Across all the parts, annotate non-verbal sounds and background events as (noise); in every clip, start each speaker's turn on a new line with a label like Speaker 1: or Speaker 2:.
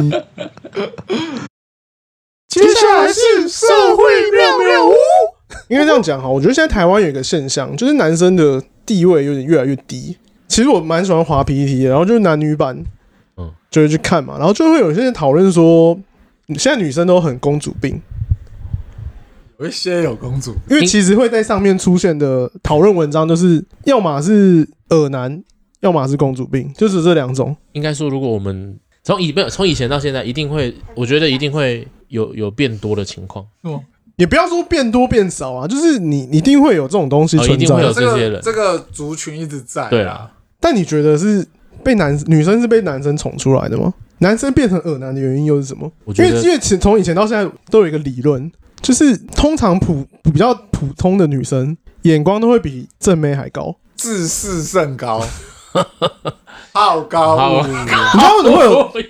Speaker 1: (laughs) 是社会妙妙屋。应该这样讲哈，我觉得现在台湾有一个现象，就是男生的地位有点越来越低。其实我蛮喜欢滑 PPT，的然后就是男女版，嗯
Speaker 2: 嗯，
Speaker 1: 就会去看嘛，然后就会有些人讨论说，现在女生都很公主病，
Speaker 3: 有一些有公主，
Speaker 1: 因为其实会在上面出现的讨论文章，就是要么是耳男，要么是公主病，就只这两种。
Speaker 2: 应该说，如果我们从以没有从以前到现在，一定会，我觉得一定会有有变多的情况。
Speaker 1: 也不要说变多变少啊，就是你你一定会有这种东西
Speaker 2: 哦
Speaker 1: 存
Speaker 2: 一定
Speaker 1: 在。
Speaker 2: 会有
Speaker 3: 这
Speaker 2: 这些
Speaker 3: 个
Speaker 2: 人
Speaker 3: 这个族群一直在。
Speaker 2: 对
Speaker 3: 啊，
Speaker 1: 但你觉得是被男女生是被男生宠出来的吗？男生变成恶男的原因又是什么？
Speaker 2: 我
Speaker 1: 因
Speaker 2: 觉
Speaker 1: 为
Speaker 2: 得
Speaker 1: 因为其从以前到现在都有一个理论，就是通常普比较普通的女生眼光都会比正妹还高。
Speaker 3: 自视甚
Speaker 1: (laughs)
Speaker 3: 高，好高
Speaker 2: 好
Speaker 3: 骛远。
Speaker 1: 你知道为什么会有
Speaker 2: 哦耶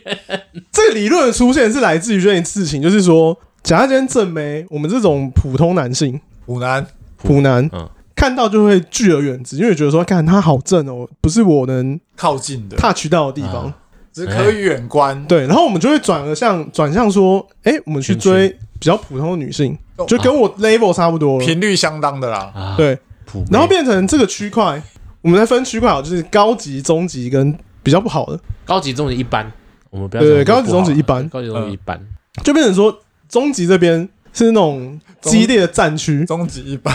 Speaker 1: 这个理论的出现是来自于这件事情，就是说，假设今天正妹，我们这种普通男性、
Speaker 3: 虎男
Speaker 1: 普男，
Speaker 2: 嗯
Speaker 1: 看到就会拒而远之，因为觉得说，看他好正哦，不是我能
Speaker 3: 靠近的，
Speaker 1: touch 到的地方。
Speaker 2: 啊
Speaker 3: 只可以远观，
Speaker 1: 对，然后我们就会转而向转向说，哎、我们去追比较普通的女性
Speaker 3: 哦，
Speaker 1: 就跟我 level 差不多了。
Speaker 3: 频率相当的啦。
Speaker 2: 啊，
Speaker 1: 对，
Speaker 2: 普妹，
Speaker 1: 然后变成这个区块，我们再分区块好，就是高级、中级跟比较不好的，
Speaker 2: 高级中级一般，我们不要
Speaker 1: 对
Speaker 2: 讲
Speaker 1: 高
Speaker 2: 不
Speaker 1: 级
Speaker 2: 好
Speaker 1: 中级
Speaker 2: 了
Speaker 1: 一嗯般
Speaker 2: 高级中级一般，
Speaker 1: 就变成说中级这边是那种激烈的战区，
Speaker 3: 终极一般，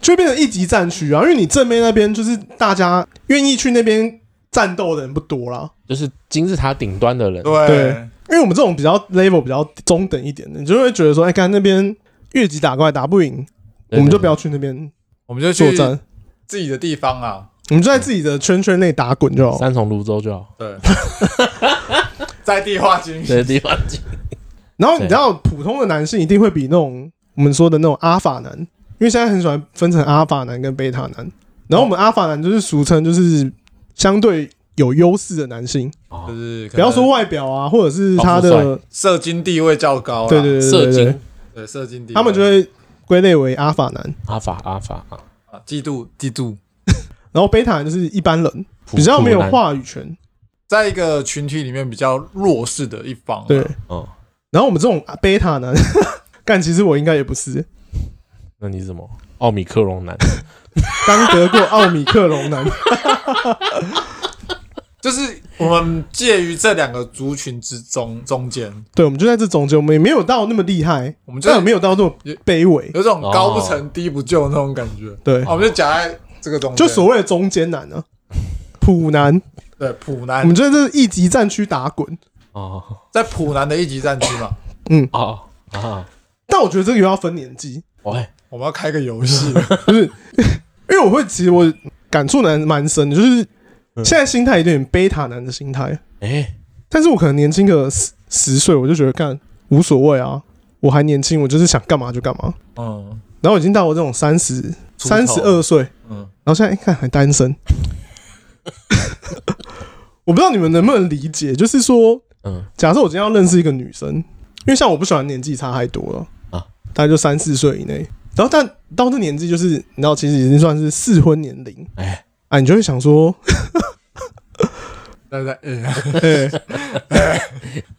Speaker 1: 就变成一级战区啊。因为你正面那边就是大家愿意去那边战斗的人不多啦，
Speaker 2: 就是金字塔顶端的
Speaker 1: (laughs)
Speaker 2: 人，
Speaker 1: 对
Speaker 3: 对，
Speaker 1: 因为我们这种比较 level 比较中等一点的，你就会觉得说，哎、看那边越级打怪打不赢，我
Speaker 2: 对
Speaker 1: 们就
Speaker 2: 对
Speaker 1: 不要去那边
Speaker 3: 我们就
Speaker 1: 作
Speaker 3: 去
Speaker 1: 战。
Speaker 3: 自己的地方啊。
Speaker 1: 我们就在自己的圈圈内打滚就好。
Speaker 2: 三重泸州就好，
Speaker 3: 对，在地化精
Speaker 2: 这个地方就
Speaker 1: 然后你知道，普通的男性一定会比那种我们说的那种阿法男，因为现在很喜欢分成阿法男跟贝塔男。然后我们阿法男就是俗称就是相对有优势的男性，
Speaker 3: 就
Speaker 2: 哦
Speaker 3: 是可
Speaker 1: 不要
Speaker 3: 能
Speaker 1: 说外表啊，或者是他
Speaker 2: 保
Speaker 1: 的
Speaker 3: 社经地位较高啦，
Speaker 1: 对对对
Speaker 2: 射
Speaker 1: 对对
Speaker 2: 哦精，
Speaker 3: 对社经地位，
Speaker 1: 他们就会归类为阿法男。
Speaker 2: 阿法阿法啊，
Speaker 3: 啊嫉妒嫉妒，
Speaker 1: 然后贝塔男就是一般人，
Speaker 2: 普
Speaker 1: 比较没有，
Speaker 2: 普男
Speaker 1: 话语权。
Speaker 3: 在一个群体里面比较弱势的一方啊，
Speaker 1: 对，
Speaker 2: 哦，
Speaker 1: 然后我们这种贝塔男， (laughs) 干其实我应该也不是，
Speaker 2: 那你是什么？奥米克隆
Speaker 1: (laughs)
Speaker 2: 男，
Speaker 1: 刚得过奥米克隆男。
Speaker 3: 就是我们介于这两个族群之中中间，
Speaker 1: 对，我们就在这中间，我们也没有到那么厉害，
Speaker 3: 我们就
Speaker 1: 但也没有哦到那么卑微。
Speaker 3: 有种高不成低不就那种感觉，
Speaker 1: 对
Speaker 3: 啊，我们就夹在这个中间，
Speaker 1: 就所谓的中间男呢、普男，
Speaker 3: 对普
Speaker 1: 我
Speaker 3: 南
Speaker 1: 们就在这一级战区打滚。
Speaker 2: 哦
Speaker 3: 在普南的一级战区嘛，
Speaker 2: 哦啊，
Speaker 1: 但我觉得这个又要分年纪，
Speaker 2: 喂，
Speaker 3: 我们要开个游
Speaker 1: (laughs)
Speaker 3: 戏，
Speaker 1: 因为我会其实我感触蛮蛮深的，就是
Speaker 2: 嗯
Speaker 1: 现在心态有点贝塔男的心态，
Speaker 2: 哎，
Speaker 1: 但是我可能年轻个十十岁，我就觉得干无所谓啊，我还年轻，我就是想干嘛就干嘛。
Speaker 3: 嗯
Speaker 1: 然后已经到我这种三十
Speaker 3: 出头
Speaker 1: 三十二岁，
Speaker 3: 嗯，
Speaker 1: 然后现在、欸、看还单身， (laughs) 我不知道你们能不能理解，就是说，
Speaker 2: 嗯，
Speaker 1: 假设我今天要认识一个女生，因为像我不喜欢年纪差太多了
Speaker 2: 啊，
Speaker 1: 大概就三四岁以内，然后但到这年纪就是，你知道，其实已经算是适婚年龄，
Speaker 2: 哎，
Speaker 1: 啊，你就会想说， (laughs)
Speaker 3: 对对，嗯
Speaker 1: 哎、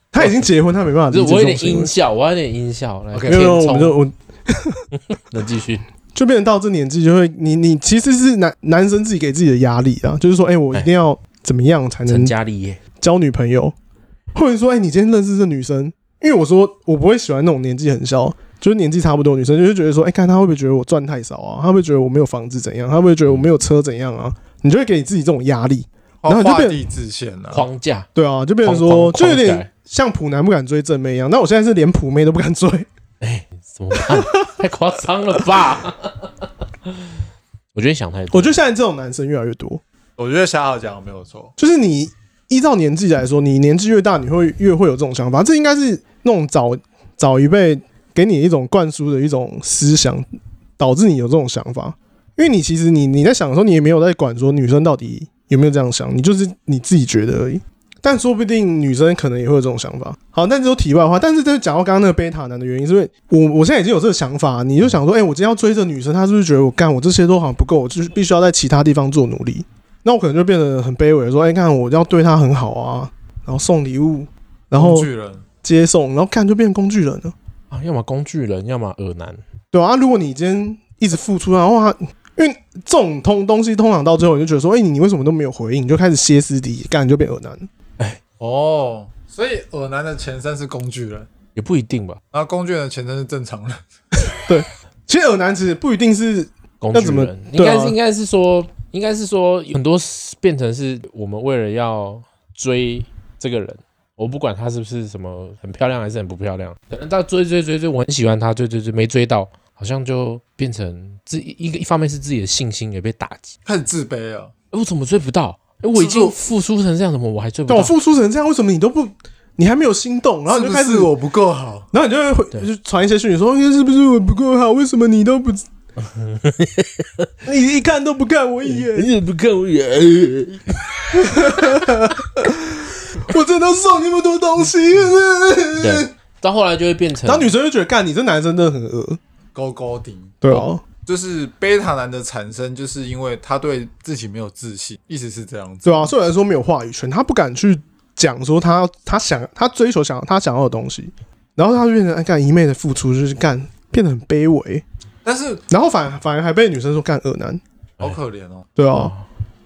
Speaker 1: 他已经结婚，他没办法
Speaker 2: 这
Speaker 1: 理解
Speaker 2: 我有
Speaker 1: 这种
Speaker 2: 点
Speaker 1: 行
Speaker 2: 音
Speaker 1: 为，
Speaker 2: 效，我有点音效，来，
Speaker 3: OK
Speaker 1: 没有没有，我们
Speaker 2: 填充
Speaker 1: 就我
Speaker 2: 那继续，
Speaker 1: 就变成到这年纪，就会你你其实是男男生自己给自己的压力啊，就是说，哎、我一定要怎么样才能
Speaker 2: 成家立业，
Speaker 1: 交女朋友，或者说，哎、你今天认识这女生，因为我说我不会喜欢那种年纪很小，就是年纪差不多的女生，就是觉得说，哎、看她会不会觉得我赚太少啊？她会不会觉得我没有房子怎样？她会不会觉得我没有车怎样啊？你就会给你自己这种压力，然后就变
Speaker 3: 画地自限了，
Speaker 2: 框架，
Speaker 1: 对啊，就变成说，
Speaker 2: 框框
Speaker 1: 就有
Speaker 2: 框
Speaker 1: 点
Speaker 2: 架
Speaker 1: 像普男不敢追正妹一样。那我现在是连普妹都不敢追， (laughs)
Speaker 2: 怎么办？太夸张了吧！我觉得你想太多，
Speaker 1: 我觉得现在这种男生越来越多，
Speaker 3: 我觉得夏浩讲的没有错，
Speaker 1: 就是你依照年纪来说，你年纪越大，你会越会有这种想法。这应该是那种早早一辈给你一种灌输的一种思想，导致你有这种想法。因为你其实你你在想的时候，你也没有在管说女生到底有没有这样想，你就是你自己觉得而已。但说不定女生可能也会有这种想法。好，那这都题外话。但是这讲到刚刚那个贝塔男的原因，是因为我我现在已经有这个想法，你就想说，哎、我今天要追这女生，她是不是觉得我干我这些都好像不够，我就是必须要在其他地方做努力？那我可能就变得很卑微，说，哎、看我要对她很好啊，然后送礼物，然后
Speaker 3: 工具人
Speaker 1: 接送，然后看就变成工具人了，
Speaker 2: 啊，要么工具人，要么耳男，
Speaker 1: 对啊，啊如果你今天一直付出，然后他因为这种通东西，通常到最后你就觉得说，哎、你你为什么都没有回应，你就开始歇斯底里，干你就变恶男。
Speaker 3: 哦，所以耳男的前身是工具人，
Speaker 2: 也不一定吧。
Speaker 3: 然后工具人的前身是正常人。 (laughs)
Speaker 1: 其实恶男其实不一定是
Speaker 2: 工
Speaker 1: 那
Speaker 2: 具
Speaker 1: 怎么
Speaker 2: 人应
Speaker 1: 对啊
Speaker 2: 该是应该是说，应该是说很多是变成是我们为了要追这个人，我不管他是不是什么很漂亮还是很不漂亮，可能到追追追追，我很喜欢他，追追追没追到，好像就变成自一个一方面是自己的信心也被打击，
Speaker 3: 开始自卑啊了。
Speaker 2: 哎，我怎么追不到？哎，我
Speaker 3: 是
Speaker 2: 已
Speaker 3: 不
Speaker 2: 经
Speaker 3: 是
Speaker 2: 付出成这样，怎么我还追不
Speaker 1: 啊但我
Speaker 2: 到？
Speaker 1: 付出成这样，为什么你都不，你还没有心动，然后你就
Speaker 3: 是不
Speaker 1: 开始
Speaker 3: 是我不够好，
Speaker 1: 然后你就会回
Speaker 2: 对
Speaker 1: 就传一些讯息说，哎是不是我不够好？为什么你都不？
Speaker 3: (laughs)
Speaker 1: 你一看都不看我一
Speaker 3: (laughs)
Speaker 1: 眼，
Speaker 2: 也不看我眼，
Speaker 1: 我真的送你那么多东西。
Speaker 2: 对，到后来就会变成，
Speaker 1: 然后女生就觉得，干你这男生真的很恶。
Speaker 3: 勾勾顶。
Speaker 1: 对哦，
Speaker 3: 就是贝塔男的产生，就是因为他对自己没有自信，意思是这样子。
Speaker 1: 对啊，所以来说没有话语权，他不敢去讲说他他想他追求想他想要的东西，然后他就变成哎干一昧的付出，就是干变得很卑微，
Speaker 3: 但是
Speaker 1: 然后反反而还被女生说干恶男。
Speaker 3: 好可怜哦，
Speaker 1: 对啊，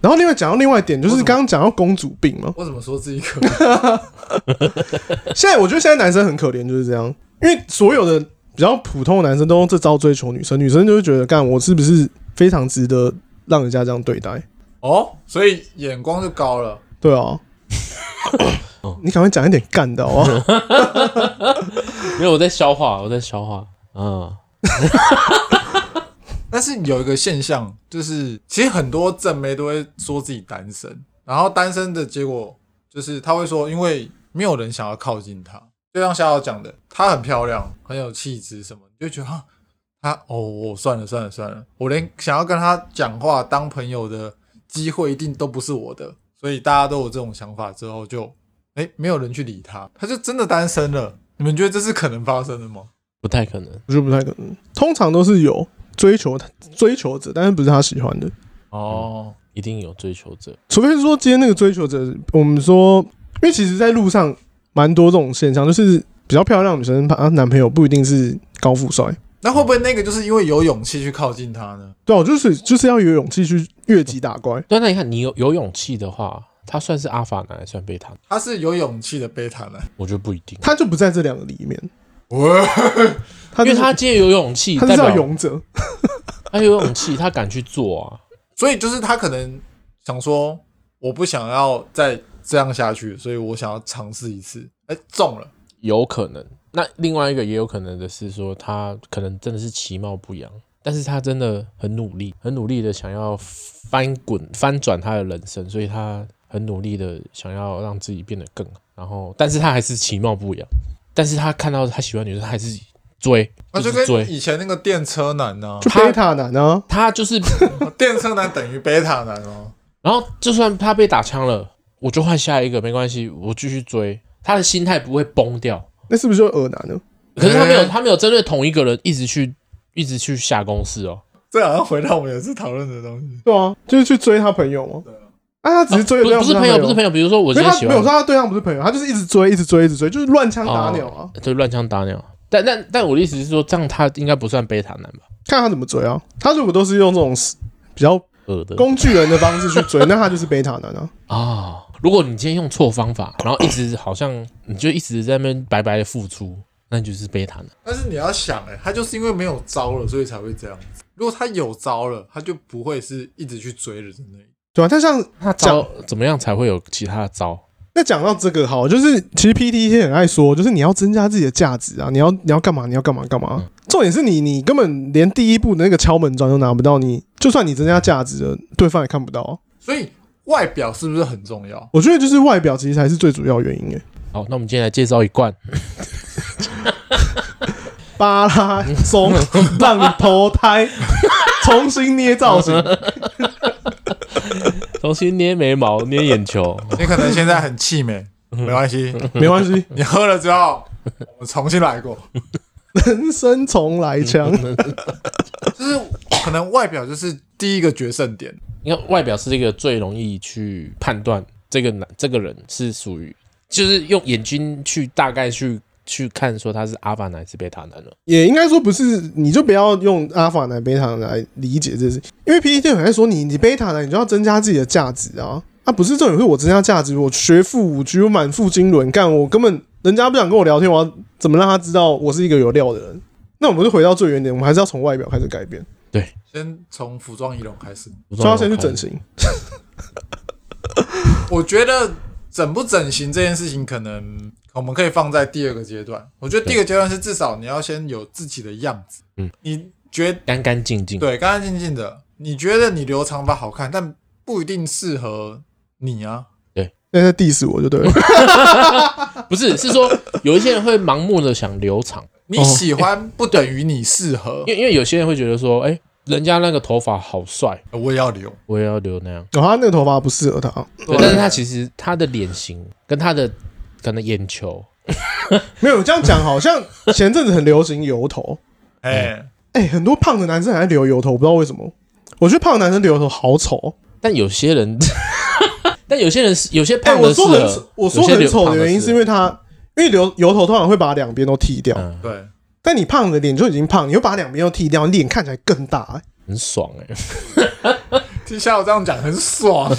Speaker 1: 然后另外讲到另外一点，就
Speaker 3: 为
Speaker 1: 是
Speaker 3: 什么
Speaker 1: 刚刚讲到公主病嘛，
Speaker 3: 我怎么说自己可怜？ (laughs)
Speaker 1: 现在我觉得现在男生很可怜，就是这样，因为所有的比较普通的男生都用这招追求女生，女生就会觉得，干我是不是非常值得让人家这样对待？
Speaker 3: 哦，所以眼光就高了。
Speaker 1: 对啊，
Speaker 3: 哦
Speaker 1: 你赶快讲一点干的好不好？
Speaker 2: 没有我在消化，我在消化，嗯，
Speaker 3: 但是有一个现象，就是其实很多正妹都会说自己单身，然后单身的结果就是他会说，因为没有人想要靠近她。就像夏瑶讲的，她很漂亮，很有气质什么，你就觉得啊，她哦，我算了算了算了，我连想要跟她讲话当朋友的机会一定都不是我的，所以大家都有这种想法之后就，哎，没有人去理她，她就真的单身了。你们觉得这是可能发生的吗？
Speaker 2: 不太可能。
Speaker 1: 我觉得不太可能，通常都是有追求追求者，但是不是他喜欢的，
Speaker 2: 嗯
Speaker 3: 哦，
Speaker 2: 一定有追求者，
Speaker 1: 除非是说今天那个追求者，我们说，因为其实在路上蛮多这种现象，就是比较漂亮的女生，她男朋友不一定是高富帅。
Speaker 3: 那会不会那个就是因为有勇气去靠近她呢？
Speaker 1: 对啊，我就是就是要有勇气去越级打怪。
Speaker 2: 对，那你看，你有有勇气的话，他算是阿法男，还算贝塔男？
Speaker 3: 他是有勇气的贝塔男。
Speaker 2: 我觉得不一定，
Speaker 1: 他就不在这两个里面，他
Speaker 2: 因
Speaker 1: 就
Speaker 2: 为
Speaker 1: 是
Speaker 2: 他今天有勇气，
Speaker 1: 他
Speaker 2: 代
Speaker 1: 是叫
Speaker 2: 表
Speaker 1: 勇者，
Speaker 2: 他有勇气，他敢去做啊。
Speaker 3: 所以就是他可能想说，我不想要再这样下去，所以我想要尝试一次。哎、中了，
Speaker 2: 有可能。那另外一个也有可能的是说，他可能真的是其貌不扬，但是他真的很努力，很努力的想要翻滚翻转他的人生，所以他很努力的想要让自己变得更好。然后，但是他还是其貌不扬，但是他看到他喜欢的女生，他还是追，
Speaker 3: 那就
Speaker 2: 就是
Speaker 3: 跟
Speaker 2: 追。
Speaker 3: 以前那个电车男呢、
Speaker 1: 就贝塔男啊，
Speaker 2: 他就是，
Speaker 3: 电车男等于贝塔男哦。
Speaker 2: 然后就算他被打枪了，我就换下一个，没关系，我继续追。他的心态不会崩掉，
Speaker 1: 那是不是就恶男呢？
Speaker 2: 可是他没有，
Speaker 3: 欸
Speaker 2: 他没有针对同一个人一直去一直去下公式哦。
Speaker 3: 这好像回到我们有一次讨论的东西。
Speaker 1: 对啊，就是去追他朋友吗？啊，他只是追
Speaker 2: 哦不
Speaker 1: 对象
Speaker 2: 不是
Speaker 1: 他
Speaker 2: 朋
Speaker 1: 友，
Speaker 2: 友，不是朋友。比如说我
Speaker 1: 所
Speaker 2: 今
Speaker 1: 以
Speaker 2: 天
Speaker 1: 他
Speaker 2: 喜
Speaker 1: 没有
Speaker 2: 欢
Speaker 1: 说，他对象不是朋友，他就是一直追，一直追，一直追，就是乱枪打鸟啊
Speaker 2: 哦，对，乱枪打鸟。但但 (laughs) 但我的意思是说，这样他应该不算贝塔男吧？
Speaker 1: 看他怎么追啊。他如果都是用这种比较
Speaker 2: 恶的
Speaker 1: 工具人的方式去追，那他就是贝塔男啊。
Speaker 2: 啊、如果你今天用错方法，然后一直好像你就一直在那边白白的付出，那你就是贝塔男。
Speaker 3: 但是你要想、哎，他就是因为没有招了，所以才会这样子。如果他有招了，他就不会是一直去追人的那一
Speaker 1: 对啊，但像
Speaker 2: 那招怎么样才会有其他的招？
Speaker 1: 那讲到这个好，就是其实 PTT 很爱说，就是你要增加自己的价值啊，你要你要干嘛，你要干嘛干嘛。重点是你你根本连第一步的那个敲门砖都拿不到，你就算你增加价值了，对方也看不到啊、
Speaker 3: 所以外表是不是很重要？
Speaker 1: 我觉得就是外表其实才是最主要原因诶。
Speaker 2: 好，那我们今天来介绍一罐
Speaker 1: 巴拉松让你投胎，重新捏造型，
Speaker 2: 重新捏眉毛、捏眼球。
Speaker 3: 你可能现在很气馁，没关系，
Speaker 1: 没关系， (laughs)
Speaker 3: 你喝了之后，我们重新来过。
Speaker 1: 人生重来枪。
Speaker 3: 就是可能外表就是第一个决胜点，
Speaker 2: 你看外表是这个最容易去判断这个男这个人是属于，就是用眼睛去大概去去看说他是阿法男还是贝塔男哦了。
Speaker 1: 也应该说不是，你就不要用阿法男、贝塔男来理解这事，因为 PPT 很爱说你，你贝塔男你就要增加自己的价值啊，啊不是重点是我增加价值，我学富五车，我满腹经纶，干我根本人家不想跟我聊天，我要怎么让他知道我是一个有料的人？那我们就回到最原点，我们还是要从外表开始改变，
Speaker 3: 先从服装仪容开始。
Speaker 2: 不知
Speaker 1: 所以
Speaker 2: 道
Speaker 1: 要
Speaker 2: 有没
Speaker 1: 先
Speaker 2: 有
Speaker 1: 去
Speaker 2: 看
Speaker 1: 整形，
Speaker 3: 我觉得整不整形这件事情，可能我们可以放在第二个阶段。我觉得第一个阶段是至少你要先有自己的样子。
Speaker 2: 嗯，
Speaker 3: 你觉
Speaker 2: 干干净净。
Speaker 3: 对干干净净的，你觉得你留长发好看，但不一定适合你啊。
Speaker 1: 现在在 diss 哎我就对了，
Speaker 2: 不是，是说有一些人会盲目的想留长，
Speaker 3: 你喜欢不等于你适合
Speaker 2: 哦因，为因为有些人会觉得说，哎、人家那个头发好帅，
Speaker 3: 我也要留。
Speaker 2: 我也要留那样。
Speaker 1: 然后他那个头发不适合他，
Speaker 2: 对，但是他其实他的脸型跟他的可能眼球，
Speaker 1: 没有这样讲，好像前阵子很流行油头，
Speaker 3: 哎，
Speaker 1: 哎、很多胖的男生还在留油头，我不知道为什么，我觉得胖的男生留油头好丑。哦
Speaker 2: 但有些人， (laughs) 但有些人是有些
Speaker 1: 哎、
Speaker 2: 胖
Speaker 1: 我
Speaker 2: 的是啊
Speaker 1: 说很丑，我说很丑的原因是因
Speaker 2: 为
Speaker 1: 为他，因为留油头通常会把两边都剃掉，
Speaker 2: 嗯，
Speaker 3: 对，
Speaker 1: 但你胖的脸就已经胖，你又把两边都剃掉，脸看起来更大、欸。
Speaker 2: 很爽哎、
Speaker 3: 听下我这样讲很 (laughs) 爽。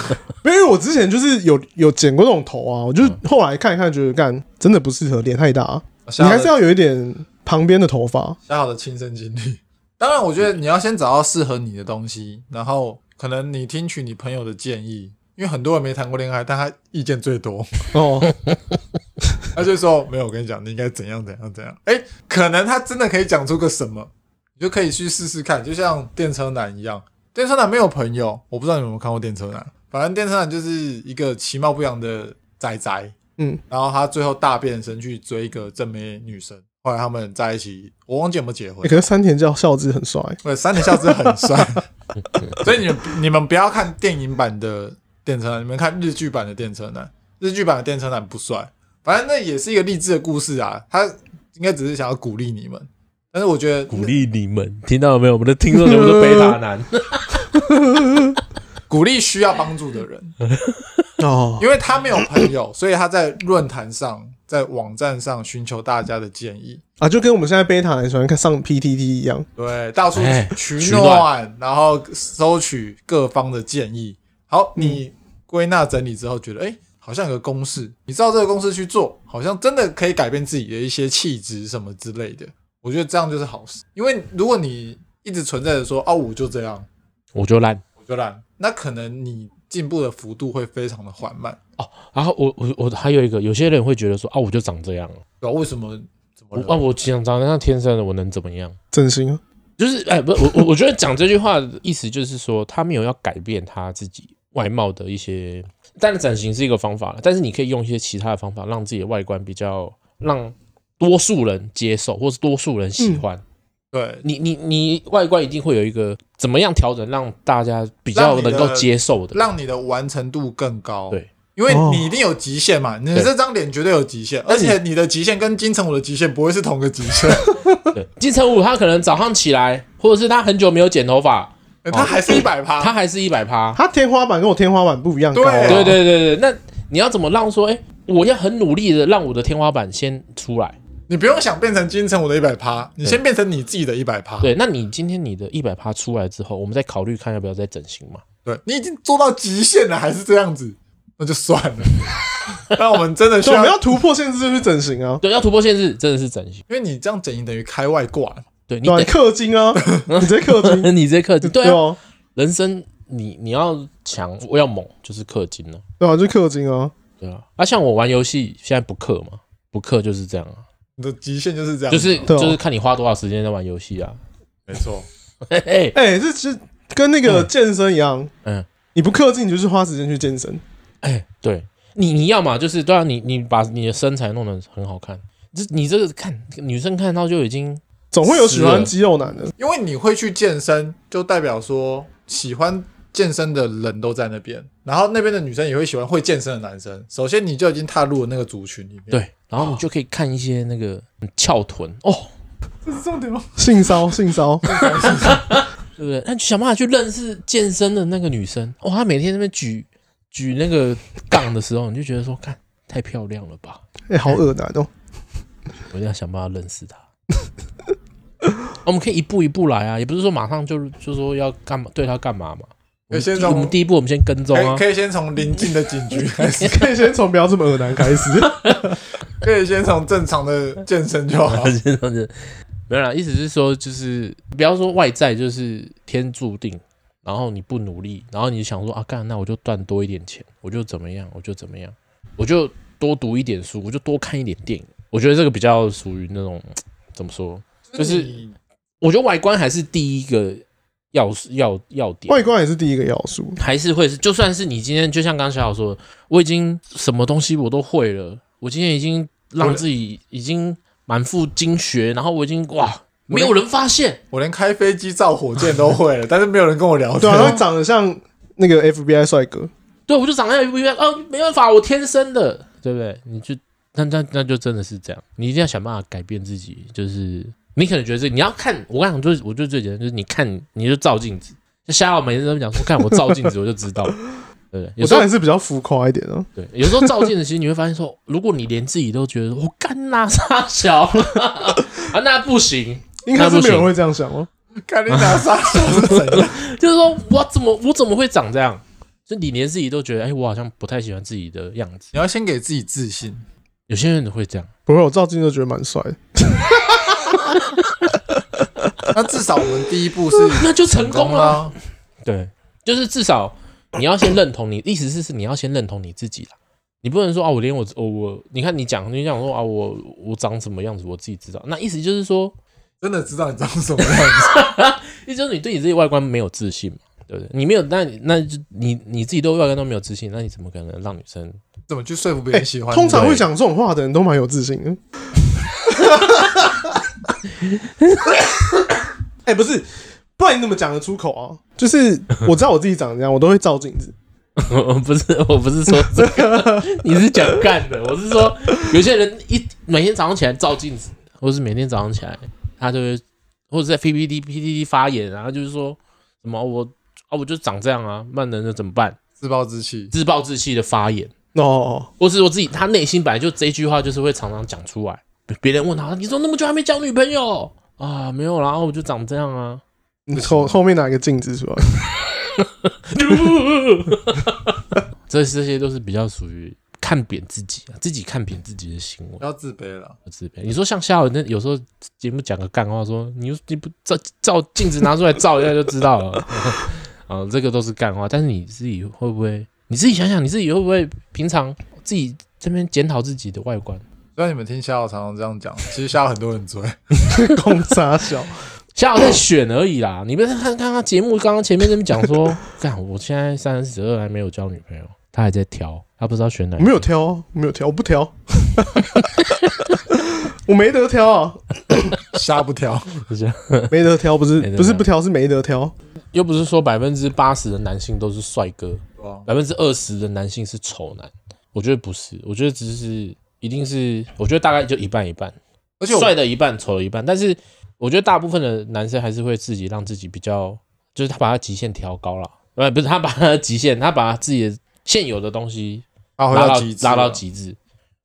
Speaker 1: 没有因为我之前就是有有剪过这种头啊，我就后来看一看，觉得干真的不适合，脸太大、啊你还是要有一点旁边的头发。
Speaker 3: 小小的亲身经历。当然，我觉得你要先找到适合你的东西，然后可能你听取你朋友的建议，因为很多人没谈过恋爱，但他意见最多，
Speaker 1: 哦，
Speaker 3: 他就说没有，我跟你讲，你应该怎样怎样怎样。哎，可能他真的可以讲出个什么，你就可以去试试看，就像电车男一样。电车男没有朋友，我不知道你们有没有看过电车男，反正电车男就是一个其貌不扬的宅宅，
Speaker 1: 嗯，
Speaker 3: 然后他最后大变身去追一个正妹女生，后来他们在一起，我忘记有没有结婚
Speaker 1: 欸、。可是山田教孝之很帅、
Speaker 3: 对，三田孝之很
Speaker 2: (laughs)
Speaker 3: 帅，所以你们你们不要看电影版的电车男，你们看日剧版的电车男。日剧版的电车男不帅，反正那也是一个励志的故事啊。他应该只是想要鼓励你们，但是我觉得
Speaker 2: 鼓励你们，听到了没有？我们的听众全部是贝塔
Speaker 1: (laughs)
Speaker 2: 男，
Speaker 3: 鼓励需要帮助的人，
Speaker 1: 哦，
Speaker 3: 因为他没有朋友，所以他在论坛上、在网站上寻求大家的建议，
Speaker 1: 啊，就跟我们现在贝塔很喜欢看上 PTT 一样。
Speaker 3: 对，到处
Speaker 2: 哎
Speaker 3: 取
Speaker 2: 取
Speaker 3: 暖，
Speaker 2: 暖
Speaker 3: 然后收取各方的建议。好，你归纳整理之后，觉得哎、诶好像有个公式，你照这个公式去做，好像真的可以改变自己的一些气质什么之类的。我觉得这样就是好事，因为如果你一直存在着说哦，我就这样，
Speaker 2: 我就烂。
Speaker 3: 我就烂，那可能你进步的幅度会非常的缓慢，
Speaker 2: 然后我我我还有一个，有些人会觉得说啊，我就长这样了，
Speaker 3: 对吧、啊为什么？怎么
Speaker 2: 我
Speaker 3: 了
Speaker 2: 啊我长长那样天生的，我能怎么样？
Speaker 1: 整形啊，
Speaker 2: 就是哎，不，我我我觉得讲这句话的意思就是说，他没有要改变他自己外貌的一些，但整形是一个方法了，但是你可以用一些其他的方法，让自己的外观比较让多数人接受，或是多数人喜欢。
Speaker 3: 对，
Speaker 2: 你你你外观一定会有一个怎么样调整，让大家比
Speaker 3: 让
Speaker 2: 较
Speaker 3: 你的
Speaker 2: 能够接受的。
Speaker 3: 让你的完成度更高。
Speaker 2: 对，哦
Speaker 3: 因为
Speaker 1: 哦
Speaker 3: 你一定有极限嘛，你
Speaker 2: 对
Speaker 3: 这张脸绝对有极限，而且你的极限跟金城武的极限不会是同个极
Speaker 2: (laughs)
Speaker 3: 限，
Speaker 2: 哦对，金城武他可能早上起来，或者是他很久没有剪头发，
Speaker 3: 他还是一百
Speaker 2: (laughs) 他
Speaker 3: 趴。
Speaker 2: 还是一百
Speaker 3: 啊
Speaker 2: 趴。
Speaker 1: 他天花板跟我天花板不一样高、啊。
Speaker 3: 对
Speaker 2: 对对对对，那你要怎么让说，哎、我要很努力的让我的天花板先出来？
Speaker 3: 你不用想变成金城武的一百趴，你先变成你自己的一百趴。
Speaker 2: 对，那你今天你的一百趴出来之后，我们再考虑看要不要再整形嘛？
Speaker 3: 对，你已经做到极限了，还是这样子，那就算了。 (laughs) 那我们真的需
Speaker 1: 所以我们，
Speaker 3: 要
Speaker 1: 要突破限制就是整形啊，
Speaker 2: 对，要突破限制，真的是整形。
Speaker 3: 因为你这样整形等于开外挂嘛。
Speaker 2: 对你
Speaker 1: 对啊，氪金啊，你直接氪金，
Speaker 2: 得 (laughs) 你这氪金，对啊，
Speaker 1: 啊，
Speaker 2: 人生你你要强，我要猛，就是氪金了，
Speaker 1: 对啊，就氪金啊，
Speaker 2: 对啊。啊，像我玩游戏现在不氪嘛，不氪就是这样啊，
Speaker 3: 你的极限就是这样
Speaker 2: 就
Speaker 3: 子，
Speaker 2: 是
Speaker 1: 对啊
Speaker 2: 就是看你花多少时间在玩游戏啊。 (laughs)
Speaker 3: 没错。
Speaker 2: 嘿嘿，
Speaker 1: 哎、这其实跟那个健身一样，
Speaker 2: 嗯
Speaker 1: 你不氪金，你就是花时间去健身，
Speaker 2: 哎，对你你要嘛就是对啊，你你把你的身材弄得很好看，这你这个看女生看到就已经
Speaker 1: 总会有喜欢肌肉男的，
Speaker 3: 因为你会去健身，就代表说喜欢健身的人都在那边，然后那边的女生也会喜欢会健身的男生。首先，你就已经踏入了那个族群里面。，
Speaker 2: 对，然后你就可以看一些那个嗯翘臀哦，
Speaker 3: 这是重点吗？
Speaker 1: 性骚性骚， (laughs)
Speaker 2: 对不对？那就想办法去认识健身的那个女生。哇、她每天在那边举举那个杠的时候，你就觉得说，看太漂亮了吧？
Speaker 1: 哎、好恶男哦、
Speaker 2: 我一定要想办法认 (laughs) 识他。哦我们可以一步一步来啊，也不是说马上就就说要干嘛对他干嘛嘛。我
Speaker 3: 有
Speaker 2: 们
Speaker 3: 些
Speaker 2: 第
Speaker 3: 这种
Speaker 2: 我们第一步，我们先跟踪
Speaker 3: 可
Speaker 2: 啊。
Speaker 3: 以，可以先从邻近的警 (laughs) 局开始，
Speaker 1: 可以先从不要这么恶男开始。
Speaker 3: 可以先从正常的健身 (laughs) 就好
Speaker 2: 这样子没有啦，意思是说，就是不要说外在就是天注定，然后你不努力，然后你想说啊，干，那我就赚多一点钱，我就怎么样，我就怎么样，我就多读一点书，我就多看一点电影。我觉得这个比较属于那种怎么说？就是
Speaker 3: 你
Speaker 2: 我觉得外观还是第一个要要要点，
Speaker 1: (laughs) 外观也是第一个要素，
Speaker 2: 还是会是，就算是你今天，就像刚刚小小说的，我已经什么东西我都会了，我今天已经让自己已经满腹经学，然后我已经哇，没有人发现，
Speaker 3: 我连开飞机、造火箭都会了，但是没有人跟我 (laughs) 聊
Speaker 1: 对
Speaker 3: 天。
Speaker 1: 啊，他会长得像那个 FBI 帅哥，
Speaker 2: 对我就长得不一样，哦，没办法，我天生的，对不对？你就那那那就真的是这样，你一定要想办法改变自己，就是你可能觉得这你要看，我跟你讲，就是我觉得最简单就是你看你就照镜子，就瞎我每天都讲说，看我照镜子我就知道了，对不对？有
Speaker 1: 我
Speaker 2: 时
Speaker 1: 当
Speaker 2: 候
Speaker 1: 然是比较浮夸一点啊。
Speaker 2: 对，有时候照镜子，其实你会发现说，如果你连自己都觉得我干哪傻小啊，那不行，
Speaker 1: 应该是没有人会这样想哦。
Speaker 3: 看你拿杀手是怎样？
Speaker 2: 就是说我怎么我怎么会长这样？就你连自己都觉得，哎、我好像不太喜欢自己的样子。
Speaker 3: 你要先给自己自信。
Speaker 2: 有些人会这样，
Speaker 1: 不会，我照镜子就觉得蛮帅的。
Speaker 3: 那至少我们第一 (laughs) 步是
Speaker 2: 那就成功
Speaker 3: 功啊
Speaker 2: 了。
Speaker 3: 啦。
Speaker 2: 对，就是至少你要先认同你，意思是是你要先认同你自己啦。你不能说啊，我连我我我，你看你讲你讲说啊，我我长什么样子我自己知道。那意思就是说，
Speaker 3: 真的知道你长什么样子，
Speaker 2: 意思就是你对你自己外观没有自信嘛，对不对？你没有，那你那就你你自己对外观都没有自信，那你怎么可能让女生？ (laughs)
Speaker 3: 怎么去说服别人喜欢你？
Speaker 1: 通常会讲这种话的人都蛮有自信的。 (laughs) 哎、不是，不然你怎么讲得出口啊？就是我知道我自己长这样，我都会照镜子。
Speaker 2: 我不是，我不是说这个， (laughs) 你是讲干的，我是说有些人一每天早上起来照镜子，或是每天早上起来他就会，或者在 PPT PPT 发言啊，然后就是说什么我啊我就长这样啊，那能能怎么办？
Speaker 3: 自暴自弃，
Speaker 2: 自暴自弃的发言，
Speaker 1: 哦，
Speaker 2: 或是说自己他内心本来就这一句话就是会常常讲出来，别人问他你怎么那么久还没交女朋友啊？没有啦，啊我就长这样啊。
Speaker 1: 你后后面拿一个镜子出来， (laughs)
Speaker 2: 这这些都是比较属于看扁自己啊，自己看扁自己的行为
Speaker 3: 不要自卑了。
Speaker 2: 和自卑。你说像夏尔那有时候节目讲个干话说，你你不照照镜子拿出来照一下就知道了， (laughs) 啊，这个都是干话。但是你自己会不会？你自己想想，你自己会不会平常自己这边检讨自己的外观？
Speaker 3: 虽然你们听夏浩常常这样讲，其实夏浩很多人追， (laughs)
Speaker 1: 公差小。
Speaker 2: 夏尔在选而已啦，你们看看他节目刚刚前面那边讲说， (laughs) 干，我现在三十二还没有交女朋友，他还在挑，他不知道选哪
Speaker 1: 我
Speaker 2: 一个。
Speaker 1: 没有挑啊，我没有挑，我不挑， (laughs) 我没得挑啊，
Speaker 3: 瞎不挑。
Speaker 1: 没得挑，不是
Speaker 2: 没得挑
Speaker 1: 不是不挑，是没得挑。
Speaker 2: 又不是说百分之八十的男性都是帅哥，
Speaker 3: 哇
Speaker 2: 百分之二十的男性是丑男。我觉得不是，我觉得只是一定是，我觉得大概就一半一半，
Speaker 3: 而且我
Speaker 2: 帅的一半，丑的一半。但是我觉得大部分的男生还是会自己让自己比较，就是他把他极限调高了，呃，不是他把他的极限，他把他自己的现有的东西
Speaker 3: 发挥到
Speaker 2: 拉到
Speaker 3: 哦极致，
Speaker 2: 拉到。极致。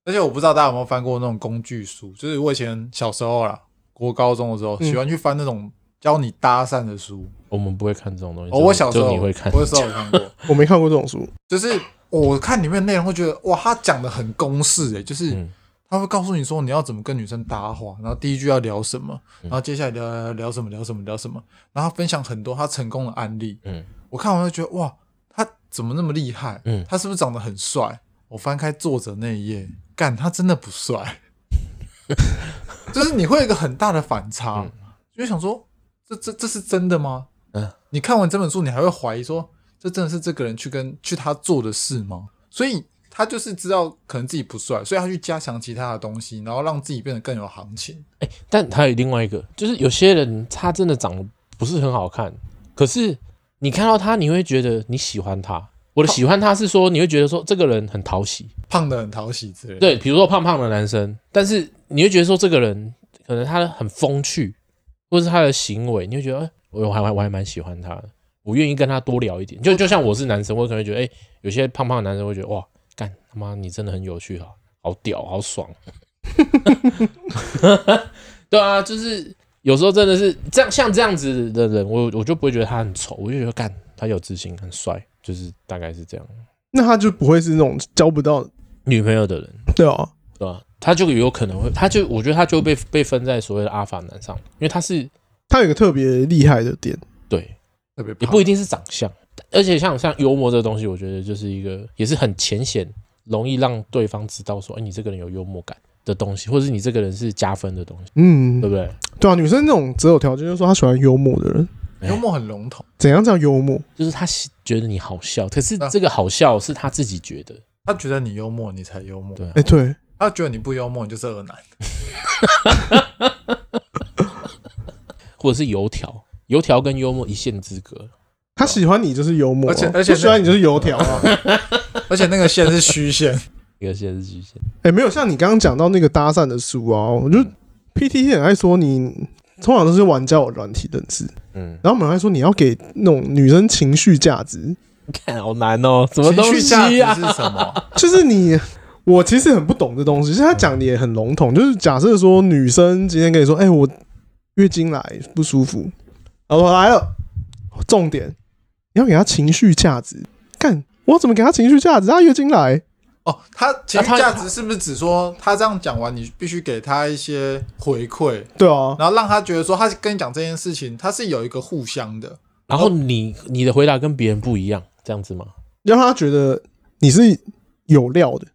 Speaker 3: 而且我不知道大家有没有翻过那种工具书，就是我以前小时候啦，国高中的时候，
Speaker 1: 嗯
Speaker 3: 喜欢去翻那种教你搭讪的书。
Speaker 2: 我们不会看这种东西，
Speaker 3: 哦，我小时
Speaker 2: 就
Speaker 3: 候
Speaker 2: 你会看，
Speaker 3: 我小时候有看过，
Speaker 1: 我没看过这种书，
Speaker 3: 就是我看里面的内容会觉得哇，他讲的很公式诶、就是
Speaker 2: 嗯
Speaker 3: 他会告诉你说你要怎么跟女生搭话，然后第一句要聊什么，
Speaker 2: 嗯
Speaker 3: 然后接下来聊聊聊什么聊什么聊什么，然后分享很多他成功的案例。
Speaker 2: 嗯，
Speaker 3: 我看完就觉得哇，他怎么那么厉害？
Speaker 2: 嗯
Speaker 3: 他是不是长得很帅？我翻开作者那一页，干，他真的不帅， (laughs) 就是你会有一个很大的反差，就想说这这这是真的吗？
Speaker 2: 嗯，
Speaker 3: 你看完这本书，你还会怀疑说这真的是这个人去跟去他做的事吗？所以他就是知道可能自己不帅，所以他去加强其他的东西，然后让自己变得更有行情。
Speaker 2: (laughs) 但还有另外一个，就是有些人他真的长得不是很好看，可是你看到他，你会觉得你喜欢他。我的喜欢他是说，你会觉得说这个人很讨喜，
Speaker 3: 胖的很讨喜之类的，
Speaker 2: 对，比如说胖胖的男生，但是你会觉得说这个人可能他很风趣，或是他的行为，你会觉得，哎、我还我还蛮喜欢他的，我愿意跟他多聊一点。就就像我是男生，我可能会觉得，哎、啊有些胖胖的男生会觉得，哇，干他妈你真的很有趣哈，好屌，好爽。 (laughs) 对啊，就是有时候真的是这样，像这样子的人，我我就不会觉得他很丑，我就觉得干他有自信，很帅，就是大概是这样。
Speaker 1: 那他就不会是那种交不到，
Speaker 2: 女朋友的人，
Speaker 1: 对啊，
Speaker 2: 对吧、他就有可能会，他就我觉得他就被被分在所谓的阿法男上，因为他是
Speaker 1: 他有一个特别厉害的点，
Speaker 2: 对
Speaker 3: 特别
Speaker 2: 也
Speaker 3: 胖
Speaker 2: 不一定是长相，而且像像幽默这个东西，我觉得就是一个也是很浅显，容易让对方知道说，哎、你这个人有幽默感的东西，或者是你这个人是加分的东西，
Speaker 1: 嗯
Speaker 2: 对，不对？
Speaker 1: 对啊，女生那种择偶条件就是说她喜欢幽默的人，
Speaker 3: 幽默很笼统，
Speaker 1: 怎样叫幽默？
Speaker 2: 就是他喜觉得你好笑，可是
Speaker 3: 啊
Speaker 2: 这个好笑是他自己觉得，
Speaker 3: 他觉得你幽默，你才幽默；
Speaker 2: 对啊
Speaker 1: 哎、对，
Speaker 3: 他觉得你不幽默，你就是恶男。
Speaker 2: 或者是油条，油条跟幽默一线之隔，
Speaker 1: 她喜欢你就是幽默啊、
Speaker 3: 而且而且
Speaker 1: 不喜欢你就是油条啊。
Speaker 3: (laughs) 而且那个线是虚
Speaker 2: (laughs)
Speaker 3: 线，
Speaker 2: 一个线是极 (laughs) 限。
Speaker 1: 哎、没有像你刚刚讲到那个搭讪的书啊，我
Speaker 3: 嗯
Speaker 1: 就 PTT 很爱说你，通常都是玩交友软体认识，
Speaker 2: 嗯，
Speaker 1: 然后我们还说你要给那种女生情绪价值，
Speaker 2: 看好难哦，什么
Speaker 3: 情
Speaker 2: 东
Speaker 3: 绪价
Speaker 2: 西啊
Speaker 3: 值？是什么？ (laughs)
Speaker 1: (laughs) 就是你。我其实很不懂这东西，就是他讲的也很笼统。就是假设说女生今天跟你说：“哎、我月经来不舒服。”然后我来了，重点你要给她情绪价值。干，我怎么给她情绪价值？她月经来，
Speaker 3: 哦，他情绪
Speaker 2: 那他
Speaker 3: 价值是不是指说他这样讲完，你必须给他一些回馈，
Speaker 1: 对啊，
Speaker 3: 然后让他觉得说他跟你讲这件事情，他是有一个互相的。
Speaker 2: 然后你你的回答跟别人不一样，这样子吗？
Speaker 1: 让她觉得你是有料的。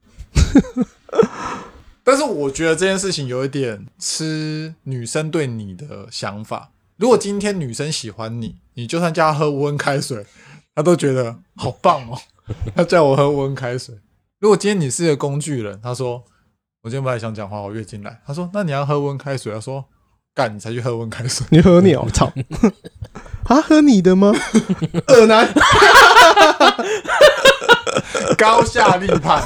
Speaker 3: 但是我觉得这件事情有一点吃女生对你的想法。如果今天女生喜欢你，你就算叫她喝温开水，她都觉得好棒
Speaker 2: (laughs)
Speaker 3: 哦。她叫我喝温开水。如果今天你是个工具人，她说我今天本来想讲话，我月经来。她说那你要喝温开水，她说干你才去喝温开
Speaker 2: (laughs)
Speaker 3: 水。
Speaker 1: 你喝尿， (laughs) 操！啊，喝你的 (laughs) 吗？呃恶男，
Speaker 3: 高下立判，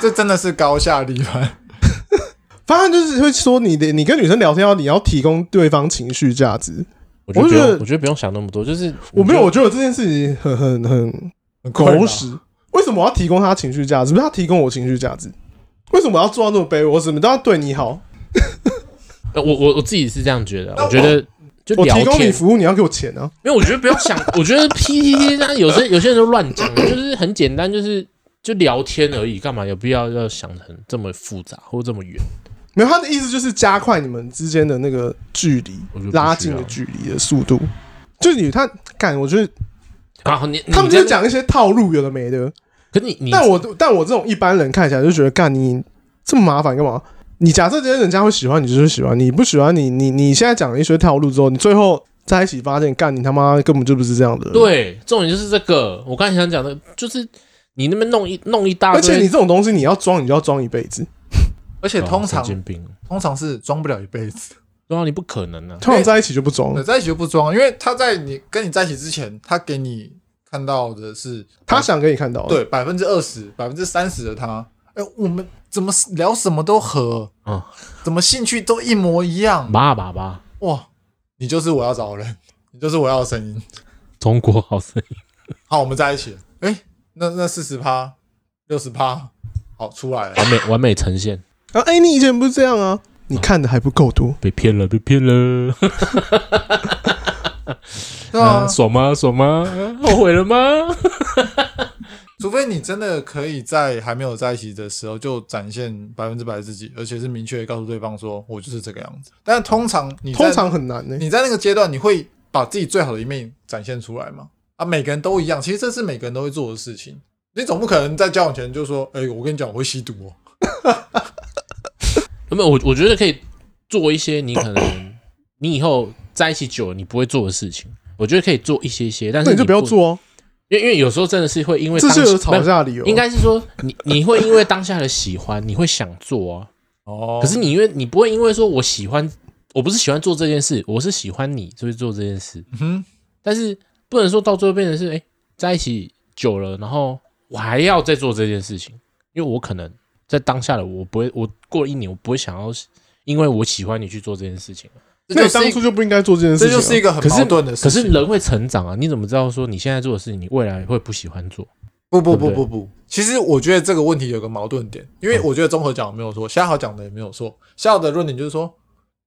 Speaker 3: 这真的是高下立判。
Speaker 1: 反正就是会说你的，你跟女生聊天要你要提供对方情绪价值。
Speaker 2: 我觉
Speaker 1: 我
Speaker 2: 得不
Speaker 1: 觉
Speaker 2: 用
Speaker 1: 得，
Speaker 2: 我觉得不用想那么多，就是
Speaker 1: 我没有，我
Speaker 2: 就
Speaker 1: 觉得这件事情很很很
Speaker 3: 很困扰
Speaker 1: 狗屎。为什么我要提供他情绪价值？不是他提供我情绪价值？为什么我要做到那么卑微？我什么都要对你好？
Speaker 2: 呃我我我自己是这样觉得啊，
Speaker 3: 那
Speaker 2: 我觉得就
Speaker 1: 我
Speaker 2: 聊
Speaker 1: 提供你
Speaker 2: 天，
Speaker 1: 服务，你要给我钱啊！
Speaker 2: 因为我觉得不要想，我觉得 PPT 那有些有些人都乱讲，就是很简单，就是就聊天而已，干嘛有必要要想成这么复杂或这么远？
Speaker 1: 没有，他的意思就是加快你们之间的那个距离
Speaker 2: 我觉得，不需要
Speaker 1: 拉近的距离的速度。就是你他干，我觉得
Speaker 2: 然后你
Speaker 1: 他们
Speaker 2: 你在
Speaker 1: 就是讲一些套路，有的没的。
Speaker 2: 那，可你你
Speaker 1: 但我但我这种一般人看起来就觉得，干你这么麻烦干嘛？你假设今天人家会喜欢你，就是喜欢你；不喜欢你，你你现在讲了一些套路之后，你最后在一起发现，干你他妈根本就不是这样的人。，
Speaker 2: 对重点就是这个，我刚才想讲的就是你那边弄一弄一
Speaker 3: 啊
Speaker 2: 大堆，
Speaker 1: 而且你这种东西，你要装，你就要装一辈子。
Speaker 3: 而且
Speaker 2: 哦
Speaker 3: 通
Speaker 2: 神
Speaker 3: 常
Speaker 2: 经病，
Speaker 3: 通常是装不了一辈子，
Speaker 2: 对啊，你不可能啊，
Speaker 1: 通常在一起就不装
Speaker 3: 对，
Speaker 1: 了，
Speaker 3: 在一起就不装，因为他在你跟你在一起之前，他给你看到的是
Speaker 1: 他想给你看到。，
Speaker 3: 对百分之二十、百分之三十的他。哎、我们怎么聊什么都合，
Speaker 2: 嗯，
Speaker 3: 怎么兴趣都一模一样，
Speaker 2: 爸爸吧，
Speaker 3: 哇！你就是我要找的人， (laughs) 你就是我要的声音。
Speaker 2: 中国好声音，
Speaker 3: 好，我们在一起了。哎、那那四十趴、六十趴，好出来了。
Speaker 1: 嗯
Speaker 2: 完美完美呈现，
Speaker 1: 然后哎，你以前不是这样啊？你看的还不够多。
Speaker 3: 嗯
Speaker 2: 被骗了被骗了。
Speaker 3: 对啊，
Speaker 2: 嗯爽吗？爽吗？后悔了吗？
Speaker 3: 除非你真的可以在还没有在一起的时候就展现百分之百自己，而且是明确地告诉对方说我就是这个样子。但是通常你在
Speaker 1: 通常很难呢、欸
Speaker 3: 你在那个阶段，你会把自己最好的一面展现出来吗？啊，每个人都一样，其实这是每个人都会做的事情。你总不可能在交往前就说：“哎、我跟你讲，我会吸毒哦。
Speaker 2: 有没有？我我觉得可以做一些你可 (laughs) 能你以后在一起久了你不会做的事情。我觉得可以做一些些，但是
Speaker 1: 那你就不要，做哦、
Speaker 2: 因为因为有时候真的是会因为
Speaker 1: 这
Speaker 2: 当
Speaker 1: 是
Speaker 2: 下
Speaker 1: 有吵
Speaker 2: 没有
Speaker 1: 架的理由。
Speaker 2: 应该是说你你会因为当下的喜欢，你会想做啊。”
Speaker 3: 哦
Speaker 2: 可是你因为你不会因为说我喜欢，我不是喜欢做这件事，我是喜欢你，所以做这件事。
Speaker 3: 嗯哼
Speaker 2: 但是不能说到最后变成是哎、诶在一起久了，然后我还要再做这件事情，因为我可能在当下的我不会，我过了一年我不会想要因为我喜欢你去做这件事情。
Speaker 1: 那你当初就不应该做这件事
Speaker 3: 这
Speaker 1: 情、啊。
Speaker 3: 就是一个很
Speaker 2: 可是
Speaker 3: 矛盾的事
Speaker 2: 可
Speaker 3: 情。
Speaker 2: 是人会成长啊，你怎么知道说你现在做的事情你未来会不喜欢做？
Speaker 3: 不不不
Speaker 2: 对不嗯
Speaker 3: 不不，其实我觉得这个问题有个矛盾点，因为我觉得综合讲没有错，夏豪讲的也没有错。夏豪的论点就是说，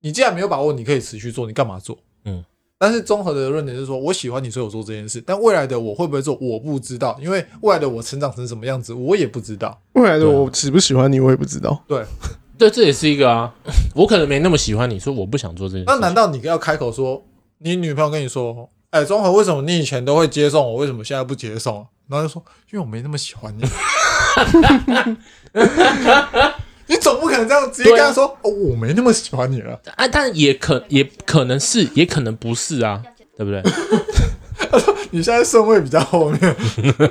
Speaker 3: 你既然没有把握，你可以持续做，你干嘛做？
Speaker 2: 嗯。
Speaker 3: 但是综合的论点是说，我喜欢你，所以我做这件事。但未来的我会不会做，我不知道，因为未来的我成长成什么样子，我也不知道。
Speaker 1: 未来的
Speaker 2: 对啊
Speaker 1: 我喜不喜欢你，我也不知
Speaker 3: (laughs)
Speaker 1: 道。
Speaker 2: 对，这也是一个啊。 (laughs) 我可能没那么喜欢你，所以我不想做这件事。
Speaker 3: 那难道你要开口说，你女朋友跟你说，哎、综合为什么你以前都会接送我，为什么现在不接送、啊？然后就说，因为我没那么喜
Speaker 2: (laughs)
Speaker 3: 欢你。你总不可能这样直接跟他说，哦，我没那么喜欢你了。
Speaker 2: 啊？但也可也可能是，也可能不是啊，对不对？
Speaker 3: 你现在顺位比较后面，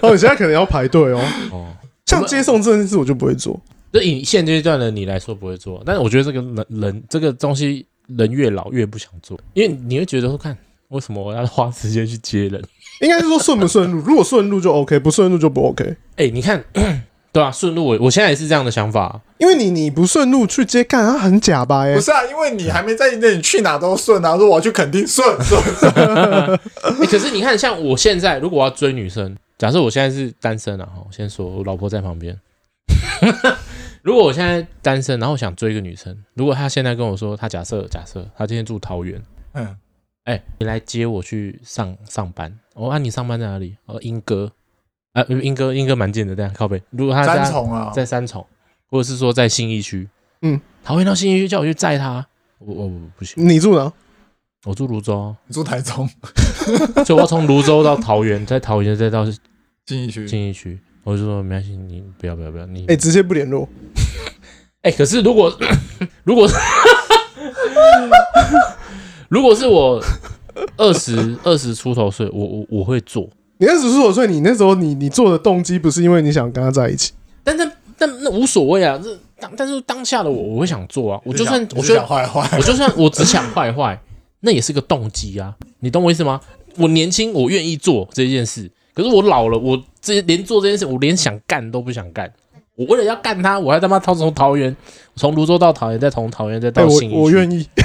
Speaker 1: 哦，你现在可能要排队哦。
Speaker 2: 哦，
Speaker 1: 像接送这件事，我就不会做。
Speaker 2: 就以现阶段的你来说不会做，但是我觉得这个人人这个东西，人越老越不想做，因为你会觉得说，看为什么我要花时间去接人？
Speaker 1: 应该是说顺不顺
Speaker 3: (laughs)
Speaker 1: 路，如果顺路就 OK，不顺路就不 OK。
Speaker 2: (laughs) 哎、你看， (clears throat) 对啊，顺路我我现在也是这样的想 (laughs) 法啊、
Speaker 1: 因为你你不顺路去接干，他很假吧、欸？
Speaker 3: 不是啊？因为你还没在意，你去哪都顺啊。说我要去肯定
Speaker 2: (laughs)
Speaker 3: 顺顺顺，
Speaker 2: 欸可是你看，像我现在如果我要追女生，假设我现在是单身啊，哈我先说，我老婆在旁边。 (laughs) 如果我现在单身，然后想追一个女生，如果她现在跟我说，她假设假设她今天住桃园，
Speaker 3: 嗯，
Speaker 2: 哎、你来接我去上上班，我、哦、啊，你上班在哪里？哦，英哥，啊，英哥英哥蛮近的，这样靠背。如果她在
Speaker 3: 三重啊，
Speaker 2: 在三重，或者是说在信义区，
Speaker 1: 嗯，
Speaker 2: 桃园到信义区叫我去载她，我我我不行，
Speaker 1: 你住
Speaker 3: 嗯
Speaker 1: 哪？
Speaker 2: 我住泸州，
Speaker 3: 你住台中
Speaker 2: 所以我要从泸州到桃园，在桃园再到
Speaker 3: 信义区，
Speaker 2: 进一区，我就说没关系，你不要不要不要，你
Speaker 1: 哎、直接不联络。
Speaker 2: 哎、可是如果 (coughs) 如果如果是我二十二十出头岁，我我我会做，
Speaker 1: 你二十出头岁，你那时候你你做的动机不是因为你想跟他在一起，
Speaker 2: 但但但那无所谓啊，这当但是当下的我我会想做啊，我就算
Speaker 3: 你是想你是
Speaker 2: 我就
Speaker 3: 想坏坏，
Speaker 2: 我就算我只想坏坏， (laughs) 那也是个动机啊，你懂我意思吗？我年轻，我愿意做这件事，可是我老了，我这连做这件事，我连想干都不想干。我为了要干他，我还他妈掏从桃园，从泸州到桃园，再从桃园再
Speaker 1: 哎、
Speaker 2: 到信义、嗯
Speaker 1: 我我愿意。
Speaker 3: (laughs)